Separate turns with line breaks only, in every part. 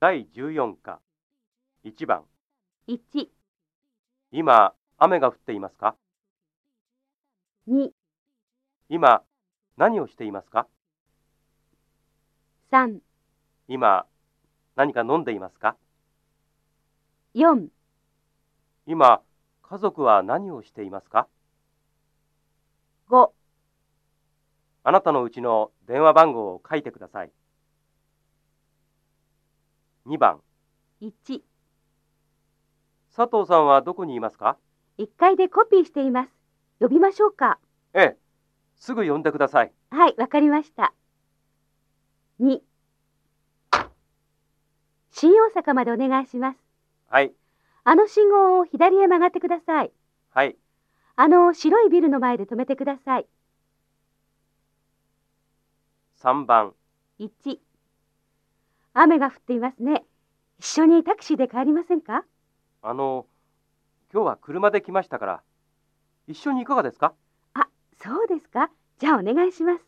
第14課1番
1、
今雨が降っていますか
2、
今何をしていますか
3、
今何か飲んでいますか
4、
今家族は何をしていますか
5、
あなたのうちの電話番号を書いてください2番
1、
佐藤さんはどこにいますか
1階でコピーしています。呼びましょうか。
ええすぐ呼んでください
はい、わかりました。2、新大阪までお願いします。
はい
あの信号を左へ曲がってください。
はい
あの白いビルの前で止めてください。
3番
1、雨が降っていますね。一緒にタクシーで帰りませんか
あの今日は車で来ましたから一緒にいかがですか
あ、そうですか。じゃあお願いします。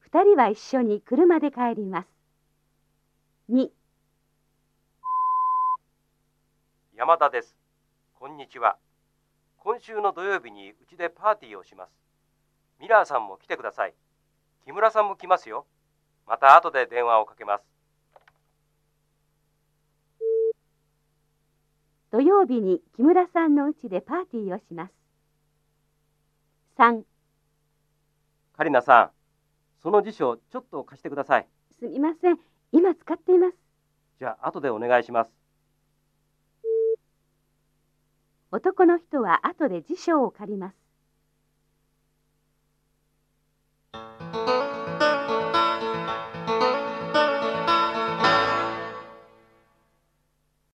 二人は一緒に車で帰ります。二、
山田です。こんにちは。今週の土曜日にうちでパーティーをします。ミラーさんも来てください。木村さんも来ますよ。また後で電話をかけます。
土曜日に木村さんの家でパーティーをします。三、
カリナさん、その辞書ちょっと貸してください。
すみません。今使っています。
じゃあ後でお願いします。
男の人は後で辞書を借ります。